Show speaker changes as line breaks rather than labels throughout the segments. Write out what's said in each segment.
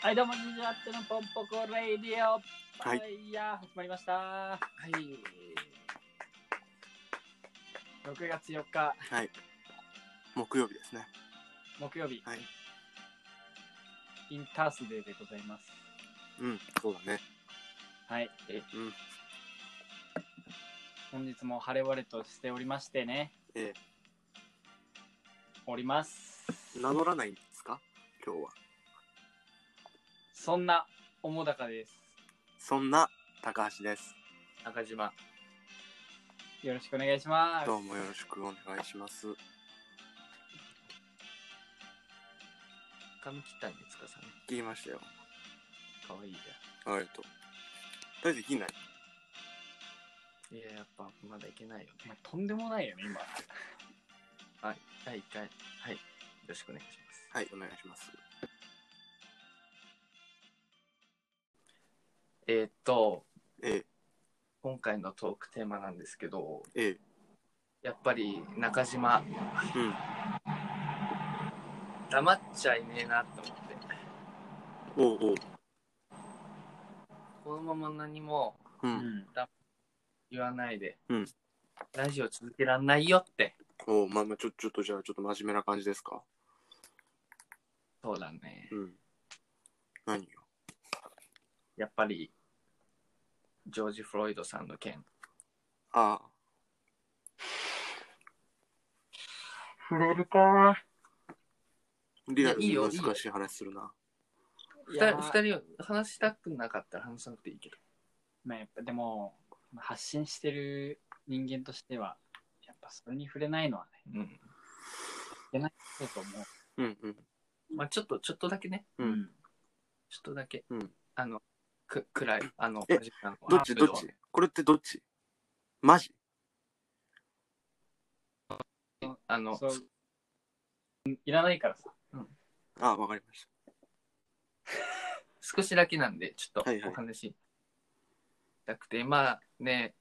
はい、どうも、にじわってのポンポコレイディオ。
はい
いやー、始まりました。
はい。
6月4日、
はい。木曜日ですね。
木曜日、
はい。
インタースデーでございます。
うん、そうだね。
はい、
うん。
本日も晴れ晴れとしておりましてね、
え
おります
ー、。名乗らないんですか今日は。
そんな、おもだかです。
そんな高橋です。
中島。
よろしくお願いします。
どうもよろしくお願いします。
髪切ったんですかさん。
聞きましたよ。
かわいい
ありがとう。大できない
じゃん。いや、やっぱまだいけないよ
お
ね。
前とんでもないよね、今。
はい。第1回。はい。よろしくお願いします。
はい、お願いします。
えーっと、
えー、
今回のトークテーマなんですけど、
え
やっぱり中
ー、
島、黙っちゃいねえなって思って、
うん。おうおう。
このまま何も
う。
うん
言わないで、
うん
ラジオ続けらんないよって。
おう、まあまあ、ちょ、ちょっとじゃあ、ちょっと真面目な感じですか
そうだね
う。ん。何よ。
やっぱり、ジョージ・フロイドさんの件。
ああ、
触れるか
リアル
い
に
やいいよ
難しい話するな。
い
二
や
人
ー
二人を話したくなかったら話さなくていいけど。
まあ、やっぱでも発信してる人間としてはやっぱそれに触れないのはね
うん。
いけないことと思う、
うんうん。
まあちょっと、ちょっとだけね。
う。
うん
ちょっとだけ。
うん
あの、く、暗い。あの、
え
時間の
どっち
あの
どっちこれってどっちマジ
あの、
そういらないからさ
ああ、わかりまし
少しだけなんで、ちょっ
はいは
と
い
お話ししたくて、まあね、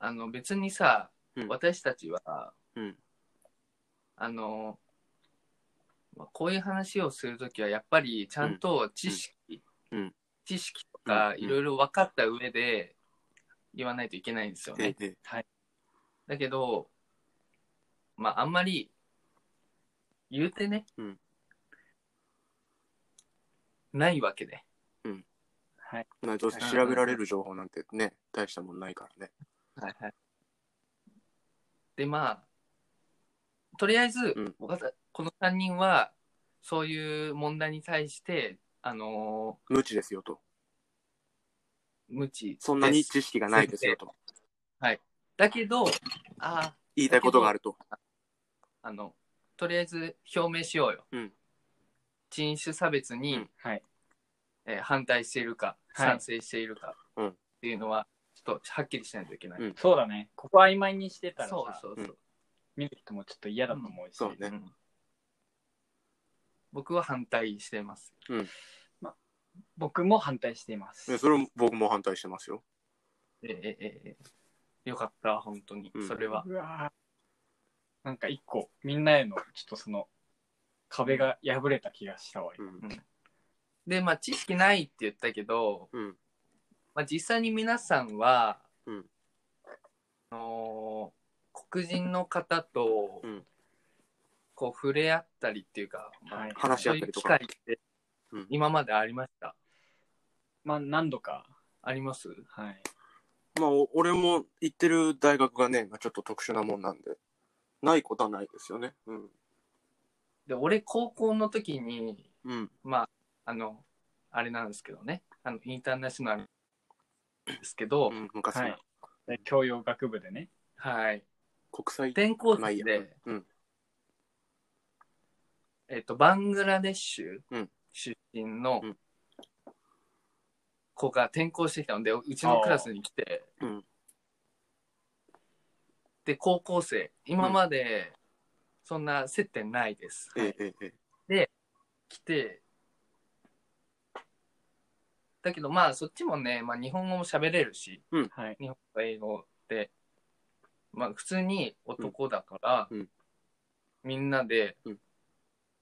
あの、別にさ、
うん
私たちは、
うん
あの、まあ、こういう話をするときは、やっぱりちゃんと知識、
うんうん
知識とか、
うん
いろいろ分かった上で言わないといけないんですよ
た。
ね。
ええ、え
だけど、まあ、あんまり、言うてね、
うん
ないわけで。
はい
え。まあどうせ調べられる情報なんてね、大したもんないからね。
はいはい。で、まあ、とりあえず、
うん
わたこの3人は、そういう問題に対して、あの
無知ですよと。
ー無知です。
そんなに知識がないですよと。
だけど、あ
言いたいことがあると。
あ、あの、とりあえず表明しようよ。
うん
人種差別に、
うん
はい
えー反対しているか、
はい
賛成しているか
うん
っていうのは、ちょっとはっきりしないといけない。
うん
そうだねここ曖昧にしてたらさ
そうそうそう。
見る人もちょっと嫌だと思うし、
そうね
うん僕は反対してます。
僕も反対しています、
ねそれも僕も反対してますよ。
ええええええよかった、本当に
うん。
それは。
うわーなんか一個みんなへのちょっとその壁が破れた気がしたわ、
う
今
ん。
で、まあ、知識ないって言ったけど、
うん。
まあ、実際に皆さんは、
うん
あのー黒人の方と、
うん
こう触れ合ったりっていうか、まあ
はい
話し
そ
合
う
っ
い
た
う
りと
機
か
会。って
うん
今までありました。
まあ何度か
あります
はい
まあ、お俺も行ってる大学がね、まあちょっと特殊なもんなんで、ないことはないですよね。うん。
で、俺、高校の時に、
うん。
まあ、あの、あれなんですけどね、あの、インターナショナルですけど、
うん昔
は
の
いで教養学部でね
はい。
国際、
転校
まあいい
生
や
で、
うん。
えっと、バングラデシュ
うん
出身の
うん
子が転校してきたので、うちのクラスに来て、
うん
で、高校生、今まで、そんな接点ないです。
ええ、ええ、ええ。
来て、だけどまあそっちもね、まあ、日本語も喋れるし、
はい
日本語英語で、まあ、普通に男だから、
うんうん
みんなで
うん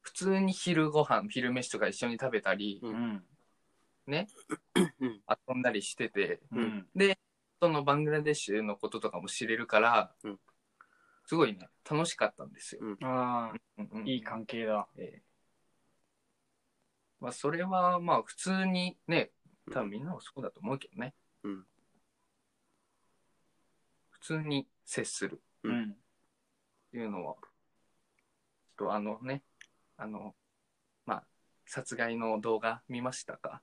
普普通に昼ご飯昼飯とか一緒に食べたり
うん。
うん
遊んだりしてて
うん。
そのバングラデシュのこととかも知れるから、
うん
すごいね楽しかったんですよ。
ああ、
うんうん
いい関係だ。
ええまあ、それはまあ普通にね
うん
多分みんなもそうだと思うけどね、
うん
普通に接する
う
うんん。
っていうのはちょっとあのねあのまあ殺害の動画見ましたか、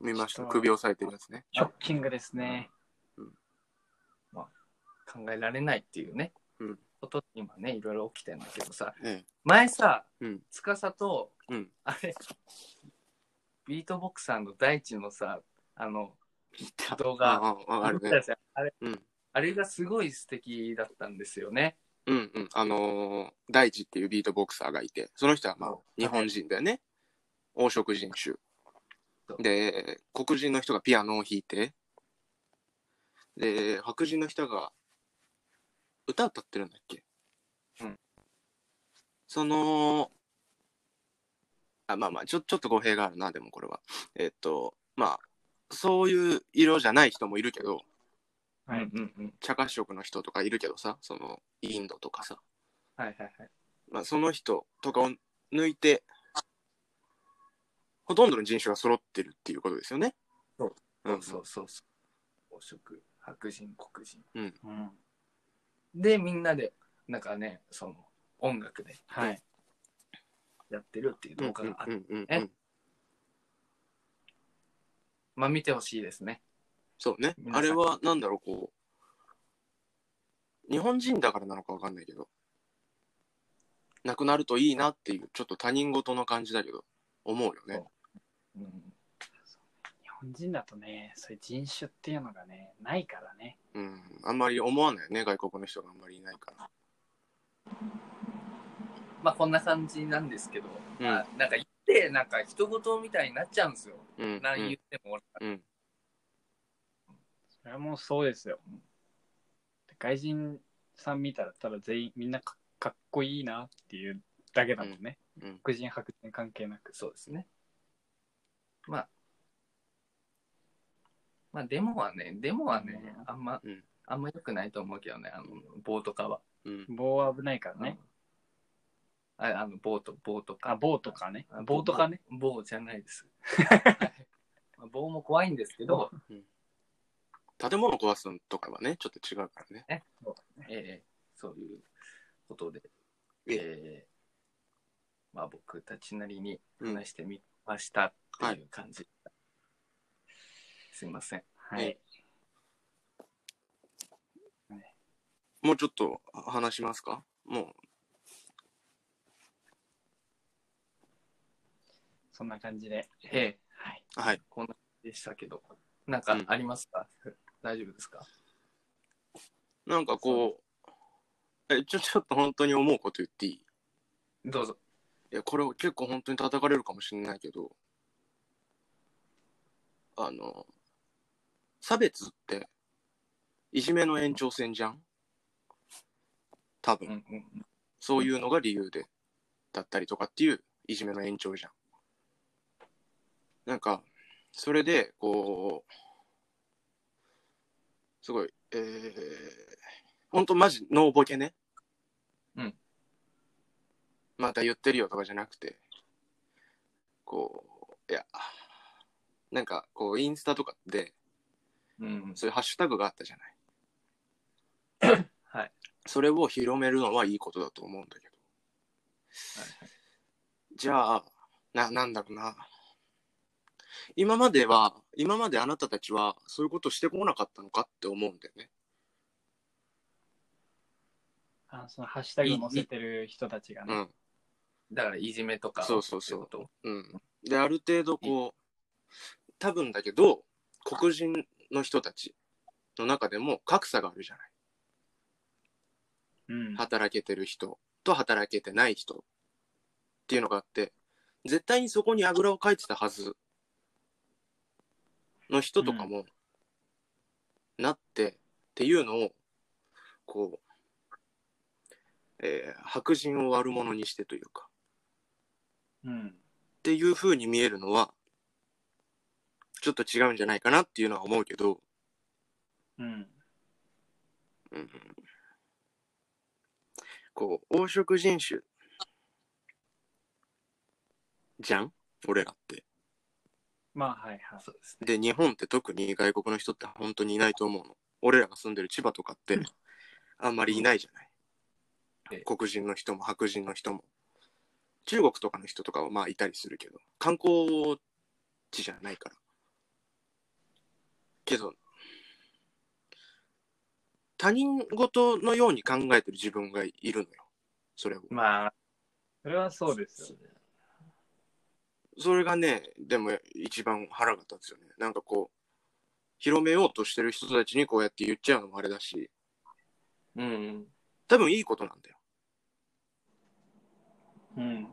見ました
そう
首押さえてるやつね
ショッキングですね。
考えられないっていうね、
うん
ことって今ねいろいろ起きてるんだけどさ
え
前さ、
うん
司と、
うん
あれビートボクサーの大地のさあの動
あ
画
ああある
見た
ね
やつあれ
うん
あれがすごい素敵だったんですよね。
うんうんあのー大地っていうビートボクサーがいてその人はまあ日本人だよね黄色人種
そう
で黒人の人がピアノを弾いてで白人の人が歌歌ってるんだっけ
うん
そのあまあまあちょちょっと語弊があるなでもこれはえっとまあそういう色じゃない人もいるけど、
はい
うんうんうん
茶褐色の人とかいるけどさそのインドとかさ、
はいはいはい。
まあ、その人とかを抜いてほとんどの人種が揃ってるっていうことですよね。
そう
う
そ
ん
うそうそうそう。黄色、白人、黒人。
うん。
で、みんなで、なんかね、その音楽で
はい。
やってるっていう動画があっ
うんうんうんうん
えまあ見てほしいですね。
そうね
皆さん
あれはなんだろうこう日本人だからなのかわかんないけど亡くなるといいなっていうちょっと他人事の感じだけど思うよね。
うん、
日本人だとね、そういう人種っていうのがね、ないからね。
うん、あんまり思わないよね外国の人があんまりいないから。
まあこんな感じなんですけど、
うん
まあなんか言って、なんか人事みたいになっちゃうんですよ。
うんうん
何言っても俺
うん
それはもうそうですよ。外人さん見たら、ただ全員、みんなかかっこいいなっていうだけだもんね。
うん
黒人、白人関係なく。
そうですね。まあ、まあ、デモはね、デモはね、あんま、
うん
あんま良くないと思うけどね、あの棒とかは。
うん
棒は危ないからね。
うん。ああの棒と、棒とか。
あ、棒とかね
あ。
棒とかね。。
棒棒じゃな いです。まあ棒も怖いんですけど、
建物壊すのとかはねちょっと違うからね。
ええそういうことで、
え
ええまあ僕たちなりに話してみましたっていう感じ。すいません。
はい。
もうちょっと話しますかも
そんな感じで。
ええ
はい。
う、はい。
こんな感じでしたけど、なんかありますか、大丈夫ですか
なんかこう、え、ちょ、ち ょっと本当に思うこと言っていいい
どうぞ。
や、これを結構本当に叩かれるかもしれないけど、あの、差別って、いじめの延長線じゃん多
う
分、
んうんうん。
そういうのが理由で、だったりとかっていう、いじめの延長じゃん。なんか、それで、こう、すごい、えー、ほんとマジ、ノーボケね。
うん。
また言ってるよとかじゃなくて、こう、いや、なんか、こう、インスタとかで、
うん、
そういうハッシュタグがあったじゃない。
はい。
それを広めるのはいいことだと思うんだけど。じゃあ、な、なんだろうな。今までは、今まであなたたちはそういうことしてこなかったのかって思うんだよね。
あそのハッシュタグ載せてる人たちが
う
ね。
ん。
だから、いじめとか。
そうそうそう
ってこ
うん。で、ある程度こう、多分だけど、黒人の人たちの中でも格差があるじゃない。
うん。
働けてる人と働けてない人っていうのがあって、絶対にそこにあぐらをかいてたはずの人とかも、なってっていうのを、こう、えー白人を悪者にしてというか、
うん。
っていう風に見えるのは、ちょっと違うんじゃないかなっていうのは思うけど、
うん。
うんこう、黄色人種、じゃん俺らって。
まあ、はいはい。
そうですね。
で、日本って特に外国の人って本当にいないと思うの。俺らが住んでる千葉とかって、あんまりいないじゃな
え
い。
え
黒人の人も白人の人も。中国とかの人とかはまあいたりするけど、観光地じゃないから。けど、他人事のように考えてる自分がいるのよ。それを。
まあ、
それはそうですよ。
ね。
それがね、でも一番腹が立つよね。なんかこう、広めようとしてる人たちにこうやって言っちゃうのもあれだし、
うんうん。
多分いいことなんだよ。
うん。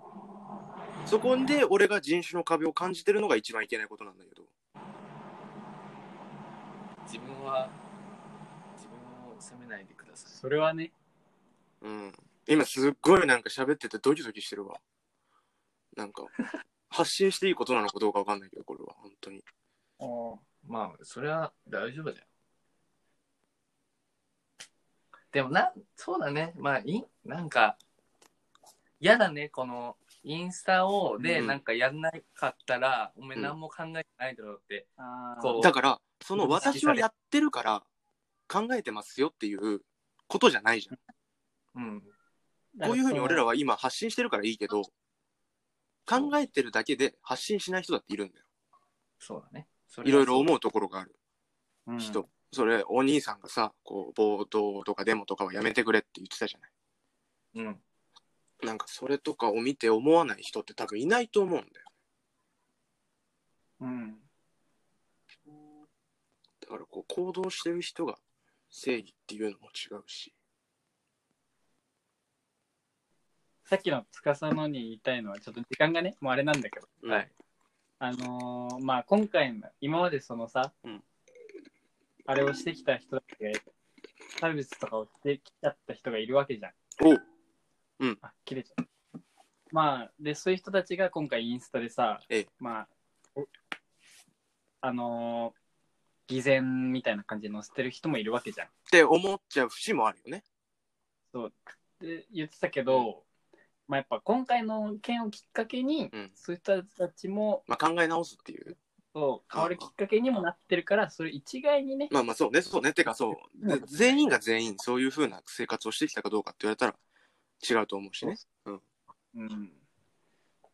そこで俺が人種の壁を感じてるのが一番いけないことなんだけど。
自分は、自分を責めないでください。
それはね、
うん。今すっごいなんか喋っててドキドキしてるわ。なんか、発信していいことなのかどうかわかんないけど、これは本当に。
まあ、それは大丈夫だよ。でもな、そうだね。まあ、いなんか、嫌だね、この、インスタを、で、
うん
なんかやんなかったら、お前
うん
何も考えてないだろうって、
あー
こう
だから、その私はやってるから考えてますよっていうことじゃないじゃん。
うん、
こういうふうに俺ら
は。
は今発信してるからいいけど、考えてるだけで発信しない人だっているんだよ。
そうだね。それ
い
は
ろいろ思うところがある
うん
人。。それ、お兄さんがさ、こう、暴動とかデモとかはやめてくれって言ってたじゃない。
うん。
なんかそれとかを見て思わない人って多分いないと思うんだよ。
うん。
だからこう、行動してる人が正義っていうのも違うし。
さっきの司のに言いたいのは、ちょっと時間がね、もうあれなんだけど、
はい。
あのーまあ、今回の、今までそのさ、
うん
あれをしてきた人だけ、差別とかをしてきちゃった人がいるわけじゃん。
おう
あ、切れちゃう。まあ、で、そういう人たちが今回インスタでさ、
ええ
まあ、おあのー偽善みたいな感じで載せてる人もいるわけじゃん。
って思っちゃう節もあるよね。
そう。で、言ってたけど、まあやっぱ今回の件をきっかけに、
うん
そういう人たちも、
まあ考え直すっていう。
そう、変わるきっかけにもなってるから、それ一概にね、
まあまあそうね、そうね。てかそう、で全員が全員そういうふうな生活をしてきたかどうかって言われたら違うと思うしね。
うん。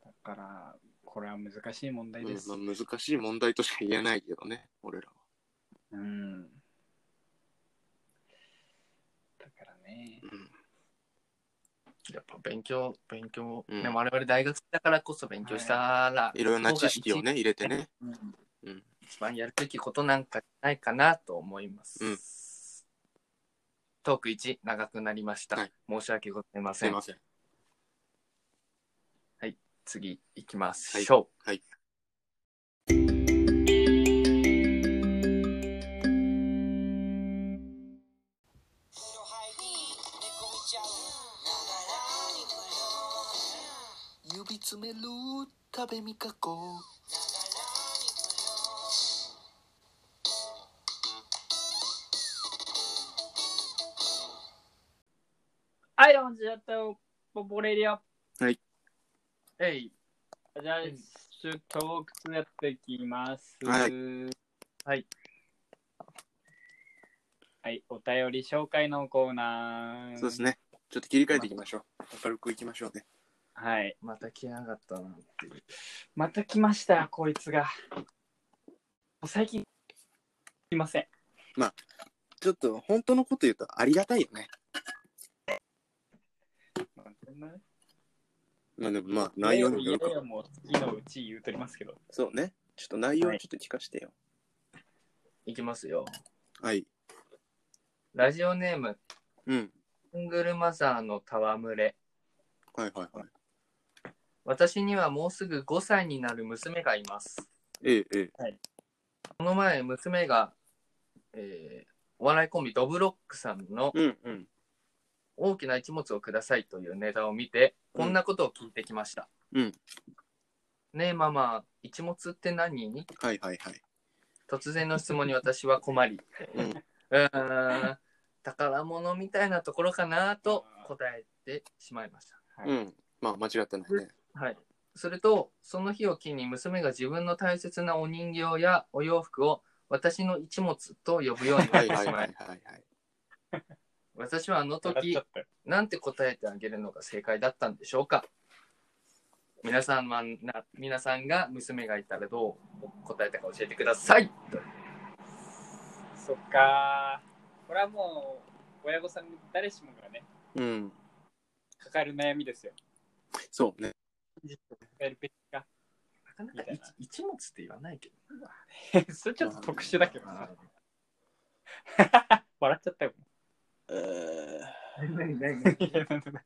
だから、これは難しい問題です。
う
うん
んまあ、難しい問題としか言えないけどね、俺らは。。
だからね。
うん、
やっぱ勉強、勉強、
うん
でも我々大学生だからこそ勉強したら、
いろいろな知識をね、入れてね。
うん。
一番やるべきことなんかないかなと思います。
うん
トーク1、長くなりました。
はい
申し訳ございますせ
い
ん
ま。せん。
次行きましょう。
はい
指つめる食べみかこ
はい、どうも、じゃったよ、ポポレリア。
えい。
じゃあ、ちょっとトーク2やっていきます。
はい
はい。はい、お便り紹介のコーナー。
そうですね。ちょっと切り替えていきましょう。明るくいきましょうね。
はい。
また来やがったなっていう。
また来ました、こいつが。最近、いません。
ちょっと本当のこと言うとありがたいよね。まあでもまあ内容によるか
いやい。やもう、昨のうち言うとりますけど。
そうね。ちょっと内容をちょっと聞かせてよ。
いきますよ。
はい。
ラジオネーム、
うん。
シングルマザーの戯れ。
はいはいはい。
私にはもうすぐ5歳になる娘がいます。
ええええ。
この前、娘が、えーお笑いコンビドブロックさんの
うんうん。
大きな一物をくださいというネタを見て、
うん
こんなことを聞いてきました。
うん
ねえママ、一物って何
はいはいはい。
突然の質問に私は困り、
うん
うーん、宝物みたいなところかなと答えてしまいました。
うん。まあ間違ってないね。
はい。すると、その日を機に娘が自分の大切なお人形やお洋服を私の一物と呼ぶようにな
は
っ
い
て
はい
し
はい
ま、
はいいはい。
私はあの
笑っち
時
ゃ、ったよ
なんて答えてあげるのが正解だったんでしょうか皆さんはな皆さんが娘がいたらどう答えたか教えてください
そっかーこれはもう親御さん誰しもがね
うん。
抱える悩みですよ
そうね。
抱えるべきか
なかなか
みたいな
一一物って言わないけ
それちょっと特殊だけ
ど
ど
な
な 笑っちゃったよ
えー
何何何
いやなんでもない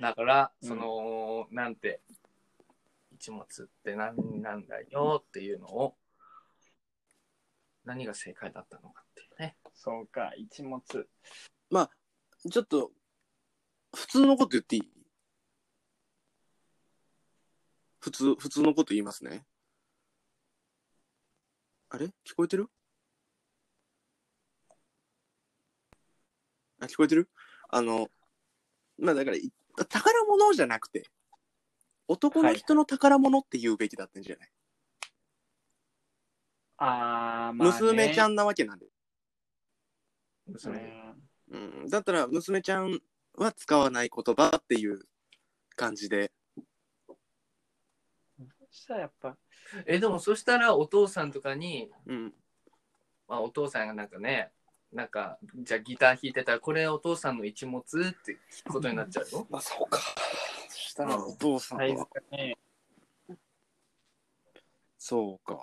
だから、
うん
そのなんて一物って何なんだよっていうのを何が正解だったのかっていうね
そうか一物
まあ、ちょっと、普通のこと言っていい普通、普通のこと言いますね。あれ聞こえてるあ、聞こえてるあの、まあだから、い宝物じゃなくて、男の人の宝物って言うべきだったんじゃない、
あーまあ、ね、
娘ちゃんなわけなんで。
うん
娘、
うん、だったら娘ちゃんは使わない言葉っていう感じで。
そしたらやっぱ
えでもそしたらお父さんとかに、
うん。
まあ、お父さんがなんかねなんかじゃあギター弾いてたらこれお父さんの一物って聞くことになっちゃうよ
まあそうか。そしたらお父さん
サイズ
は
が。ね
そうか。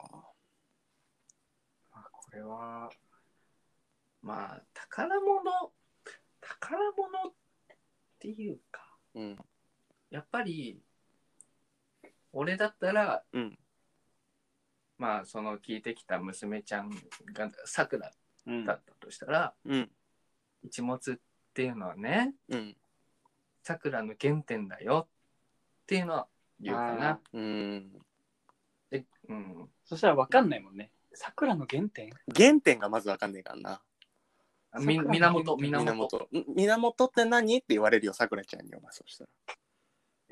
まあこれはまあ宝物宝物っていうか
うん。
やっぱり俺だったら、
うん
まあその聞いてきた娘ちゃんがさくら
うん
だったとしたら、
うん。
一物っていうのはね
うん。
さくらの原点だよっていうのは言うか
あー
な。
うん。
でうん、
そしたら分かんないもんねさくらの原点
原点がまずわかんねえからな。
あみ
桜の
源源
源。ん源って何って言われるよ、さくらちゃんにお前そしたら。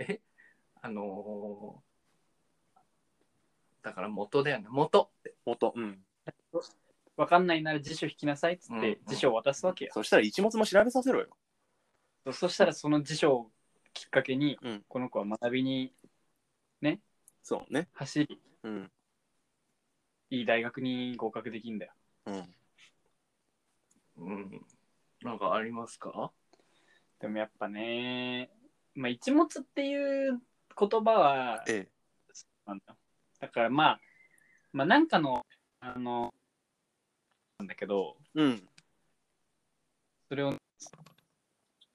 え あのーだから元だよね元って
元。うん。
分かんないなら辞書引きなさいっつっ
うん
て辞書を渡すわけや、
そしたら一物も調べさせろよ。
そしたらその辞書をきっかけに、
うん
この子は学びに
そうね。
走り
うん。
いい大学に合格できんだよ
うん。
うんなんかありますか
でもやっぱね、まあ、一物っていう言葉は
ええ。
なんだよだからまあ、まあ、なんかの、あの、なんだけど、
うん。
それ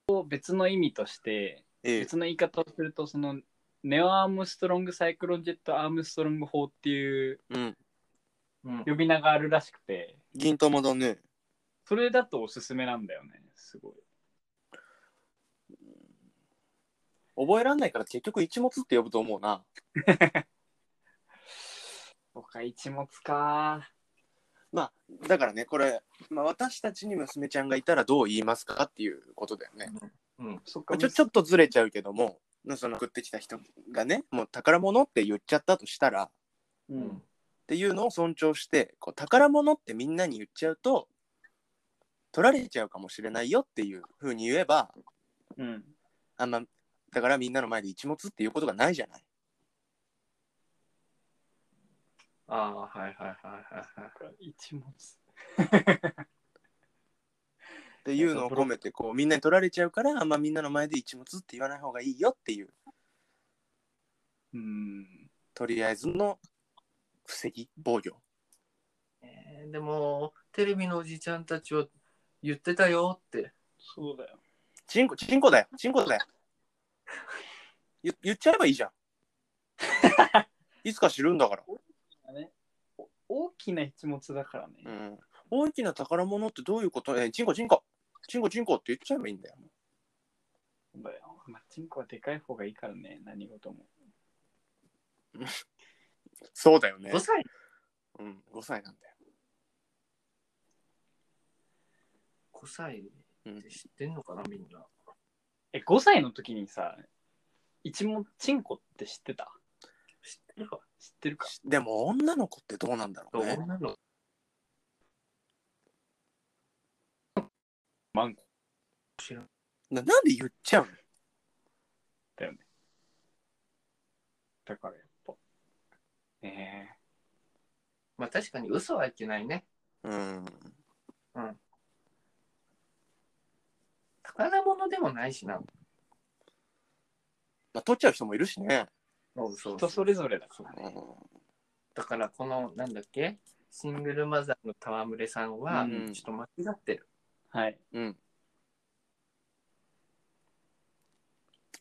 を別の意味として、
ええ。
別の言い方をすると、その、ネオアームストロングサイクロンジェットアームストロング法っていう
うん。
うん
呼び名があるらしくて、
銀玉だね。
それだとおすすめなんだよね、すごい。
覚えらんないから結局一物って呼ぶと思うな。
他一物か。
まあだからねこれ、まあ、私たちに娘ちゃんがいたらどう言いますかっていうことだよね。
そっか、
まあちょちょっとずれちゃうけどもその送ってきた人がねもう宝物って言っちゃったとしたらっ
う。
うん
ていうのを尊重してこう宝物ってみんなに言っちゃうと取られちゃうかもしれないよっていうふうに言えば
うん。
あんまだからみんなの前で一物っていうことがないじゃない。
ああーはいはいはいはいはい
一物。
っていうのを込めてこうみんなに取られちゃうからあんまみんなの前で一物って言わない方がいいよっていう
うん。
とりあえずの布石防御。
えーでもテレビのおじちゃんたちは言ってたよって
そうだよ。
チンコ、チンコだよ、チンコだよ。言言っちゃえばいい じゃん。いつか知るんだから。
ね、お大きな一物だからね。
うん、大きな宝物ってどういうことえー、チンコ、チンコ。チンコ、チンコって言っちゃえばいいんだよ。
そうだよまあ、チンコはでかい方がいいからね、何事も。
そうだよね
5。歳
うん、5歳なんだよ。
?5 歳
うん
って知ってんのかな、みんな。
え、5歳の時にさ、一文チンコって知ってた
知ってるか
知ってるか
でも女の子ってどうなんだろ
ど
うね。
うなの
マンコ
知らん。
ななんで言っちゃうの
だからやっぱ。ねえ
まあ確かに嘘はいけないね。
うん。
宝物でもないしな。
まあ、取っちゃう人もいるしね。
そうそう
人それぞれだから
うん
ね。
だからこのなんだっけシングルマザーの戯れさんは
うん
ちょっと間違ってる、
はい。
うん。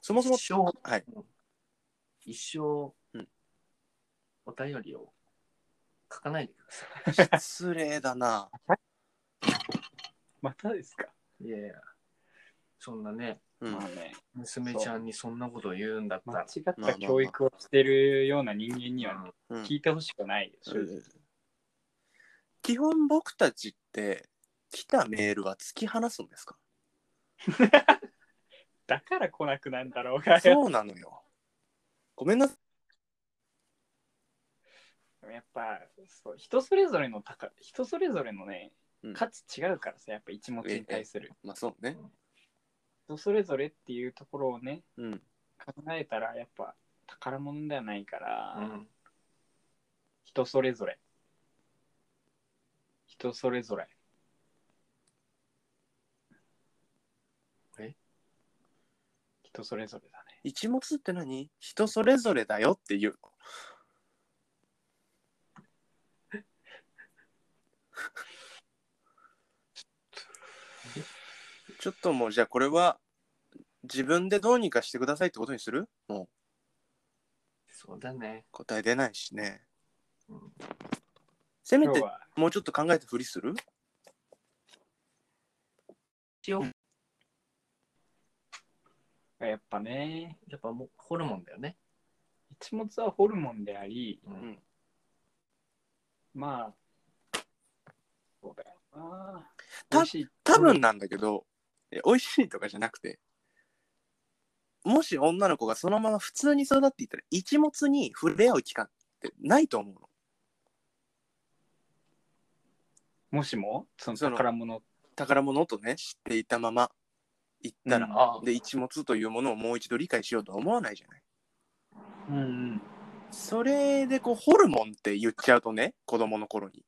そもそも、
一生、
はい
うん一生、
うん
お便りを書かないでくださ
失礼だな。
またですか
いいやいやそんなね
うん
ま。あね、
娘ちゃんにそんなこと言うんだった
間
ら
違った教育をしてるような人間にはね
うん
聞いてほしくないよ。正直
基本僕たちって来たメールは突き放すんですか
だから来なくなんだろうがよ。
そうなのよ。ごめんなさい。
でもやっぱそう人それぞれの高人それぞれのね
うん
価値違うからさやっぱ一物に対する
まあそうね。
人それぞれっていうところをね
うん。
考えたらやっぱ宝物ではないから、
うん
人それぞれ人それぞれ
え
人それぞれだね
一物って何人それぞれだよっていう。ちょっともうじゃあこれは自分でどうにかしてくださいってことにするもう
そうだね、
答え出ないしね。
うん
せめ
今日
て
は
もうちょっと考えてふりする
一応
やっぱね
やっぱもうホルモンだよね、
一物はホルモンであり
うん
まあそうだよな
た
美味しい
多分なんだけど、え美味しいとかじゃなくて、もし女の子がそのまま普通に育っていったら、一物に触れ合う機会ってないと思うの。
もしもその
その
宝物
宝物とね、知っていたまま行ったら、
うん
あ
で、一物というものをもう一度理解しようとは思わないじゃない。
うんうん
それで、こう、ホルモンって言っちゃうとね、子供の頃に。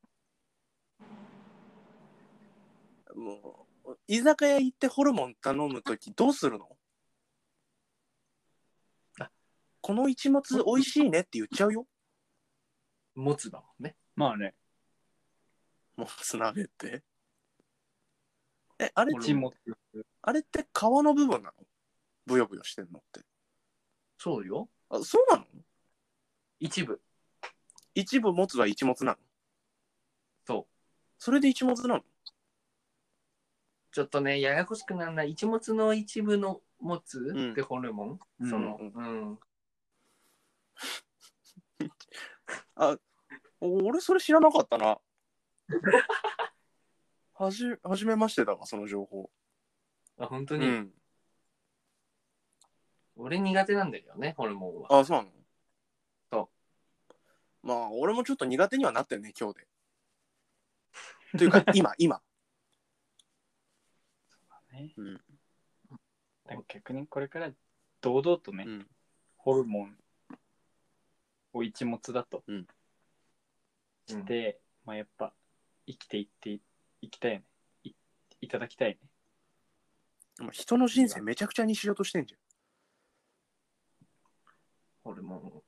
もう、居酒屋行ってホルモン頼むときどうするの
あ
この一物美味しいねって言っちゃうよ。
持つだもんね
まあね
もう、つなべって。え、あれ、
一物
あれって皮の部分なのブヨブヨしてんのって。
そうよ
あ、そうなの
一部
一部持つは一物なの
そう
それで一物なの
ちょっとねややこしくならない一物の一部の持つ
ん
ってホルモン、
うん
その
うん
うん
お俺それ知らなかったな。 はじ、はじめましてだわ、その情報。
あ本当
う
に、
ん。
俺苦手なんだよねホルモンは
あ、そうなの。
そう
まあ、俺もちょっと苦手にはなってるね、今日で。と いうか、今、今。
ね、
うん
でも逆にこれから堂々とね、
うん
ホルモンを一物だと
うん
して、まあやっぱ生きていっていきたいよねいいただきたいね
お前人の人生めちゃくちゃにしようとしてんじ
ホルモン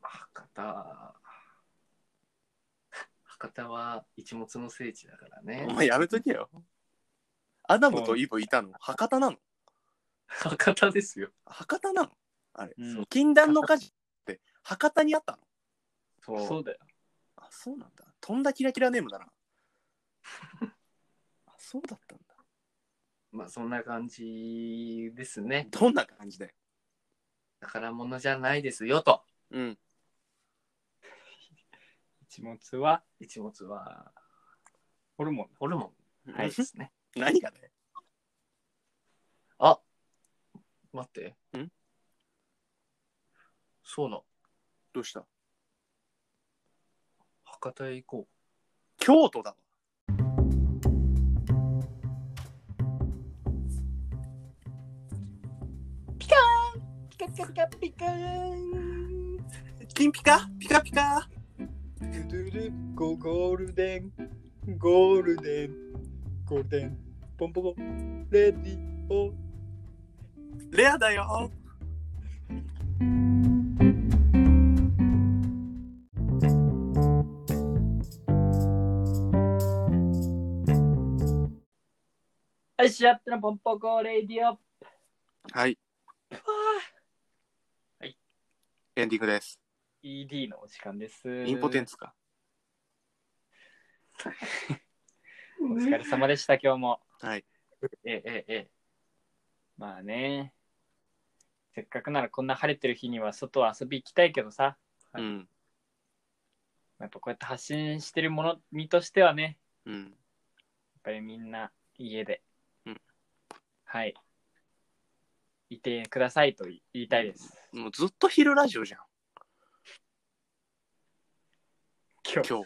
博多博多は一物の聖地だから
ゃん。お
ね
前やめとけよ。アダムとイブいたの博多なの
博多ですよ
博多なのあれ。
うん
そう禁断の火事って博多にあったの
そう
そうだよ
あ、そうなんだ。とんだキラキラネーム だな。あ、そうだったんだ。
まあそんな感じですね
どんな感じだよ。
宝物じゃないですよと。
うん。
一物は
一物は
ホルモン。
ホルモン。はいですね。
何がね
あ待って。
ん
そうだ。
どうした
博多へ行こ
京都だわ。
う。ピカピカピカピカーン。
金ピカピカピカ
ドゥドゥルゴゴールデン、ゴールデン、ゴールデン、ポンポコ、レディオ。
レアだよ
はい、シアットのポンポコ、レディオ。
はい。
はい。
エンディングです。
ED のお時間です。
イ
イ
ンポテン。ツか。
お疲れ様でした、今日も。
はい。
えええええ
まあね。せっかくならこんな晴れてる日には外は遊び行きたいけどさ。はい
うん。
やっぱこうやって発信してるもの身としてはね、
うん。
やっぱりみんな家で、
うん
はい、いてくださいと言いたいです。
もうずっと昼ラジオじゃん、
今日、
今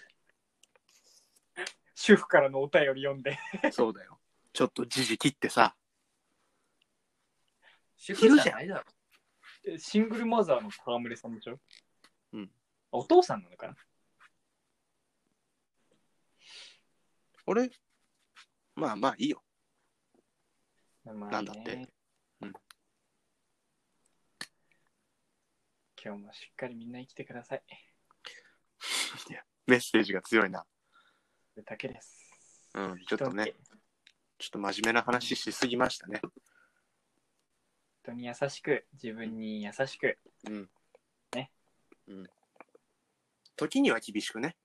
主婦からのお便り読んで。
日。そうだよ。ちょっと時事切ってさ。
主
昼
婦
じ
じ
ゃ
ゃ
ん
ないだろ。
シングルマザーの戯れさんでしょ
うん。
お父さんなのかな
あれまあまあいいよ。
まあね
なんだってうん
今日もしっかりみんな生きてください。
メッセージが強いな。
それだけです。
うんちょっとねちょっと真面目な話しすぎましたね。
人に。人に優しく、自分に優しく。
うん。
ね。
うん。時には厳しくね。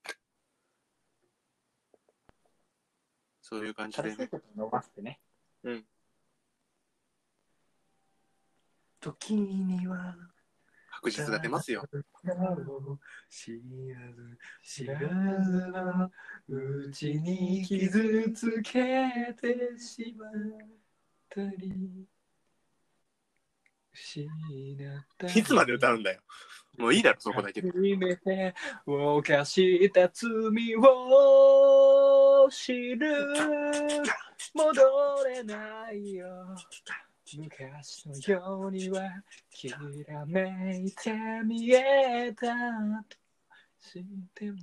そういう感じ
正し
で
い
ね。
こと伸ばしてね。
時には。
白日が出ますよ。
知らず知らずなうちに傷つけてしまったり失ったり
いつまで歌うんだよ。もういいだろ、そこだけで。
初めて犯した罪を知る戻れないよ昔のようにはきらめいて見えたとしても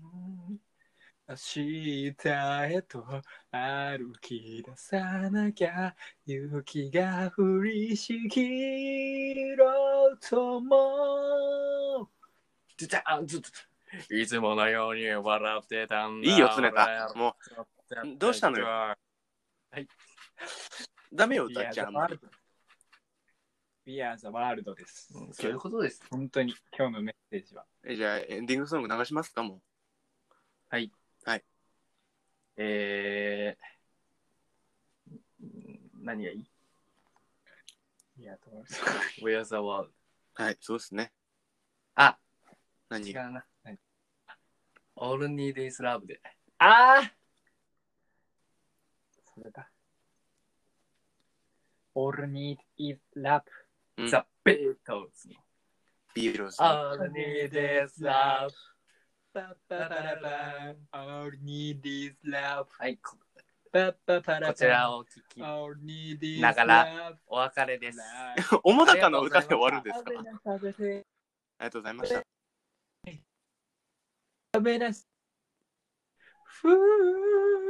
明日へと歩き出さなきゃ雪が降りしきろうともずちゃずっいつものように笑ってたんだ
いいよ、常田。もう、どうしたのよ。ダメよ、歌っちゃあんまり。
We are the world です。
うんそういうことです。
本当に今日のメッセージは。
えじゃあ、エンディングソング流しますか、も
えー、ん何がいい
いや、と思います
?Where's the world?
う。はい、そうですね。
あ、
何
違う
が
な
何。
All Need is Love で。
ああそれだ。All need is love.
うん
The Beatles の。
ビールズ。
All Need is Love。
パパパラパ All need is love.
はい、こ
パパパラパ
こちらを聞き、
All need is love.
ながらお別れです。
おもだかの歌で終わるんですか
食べな食べて
ありがとうございました。
食べなふう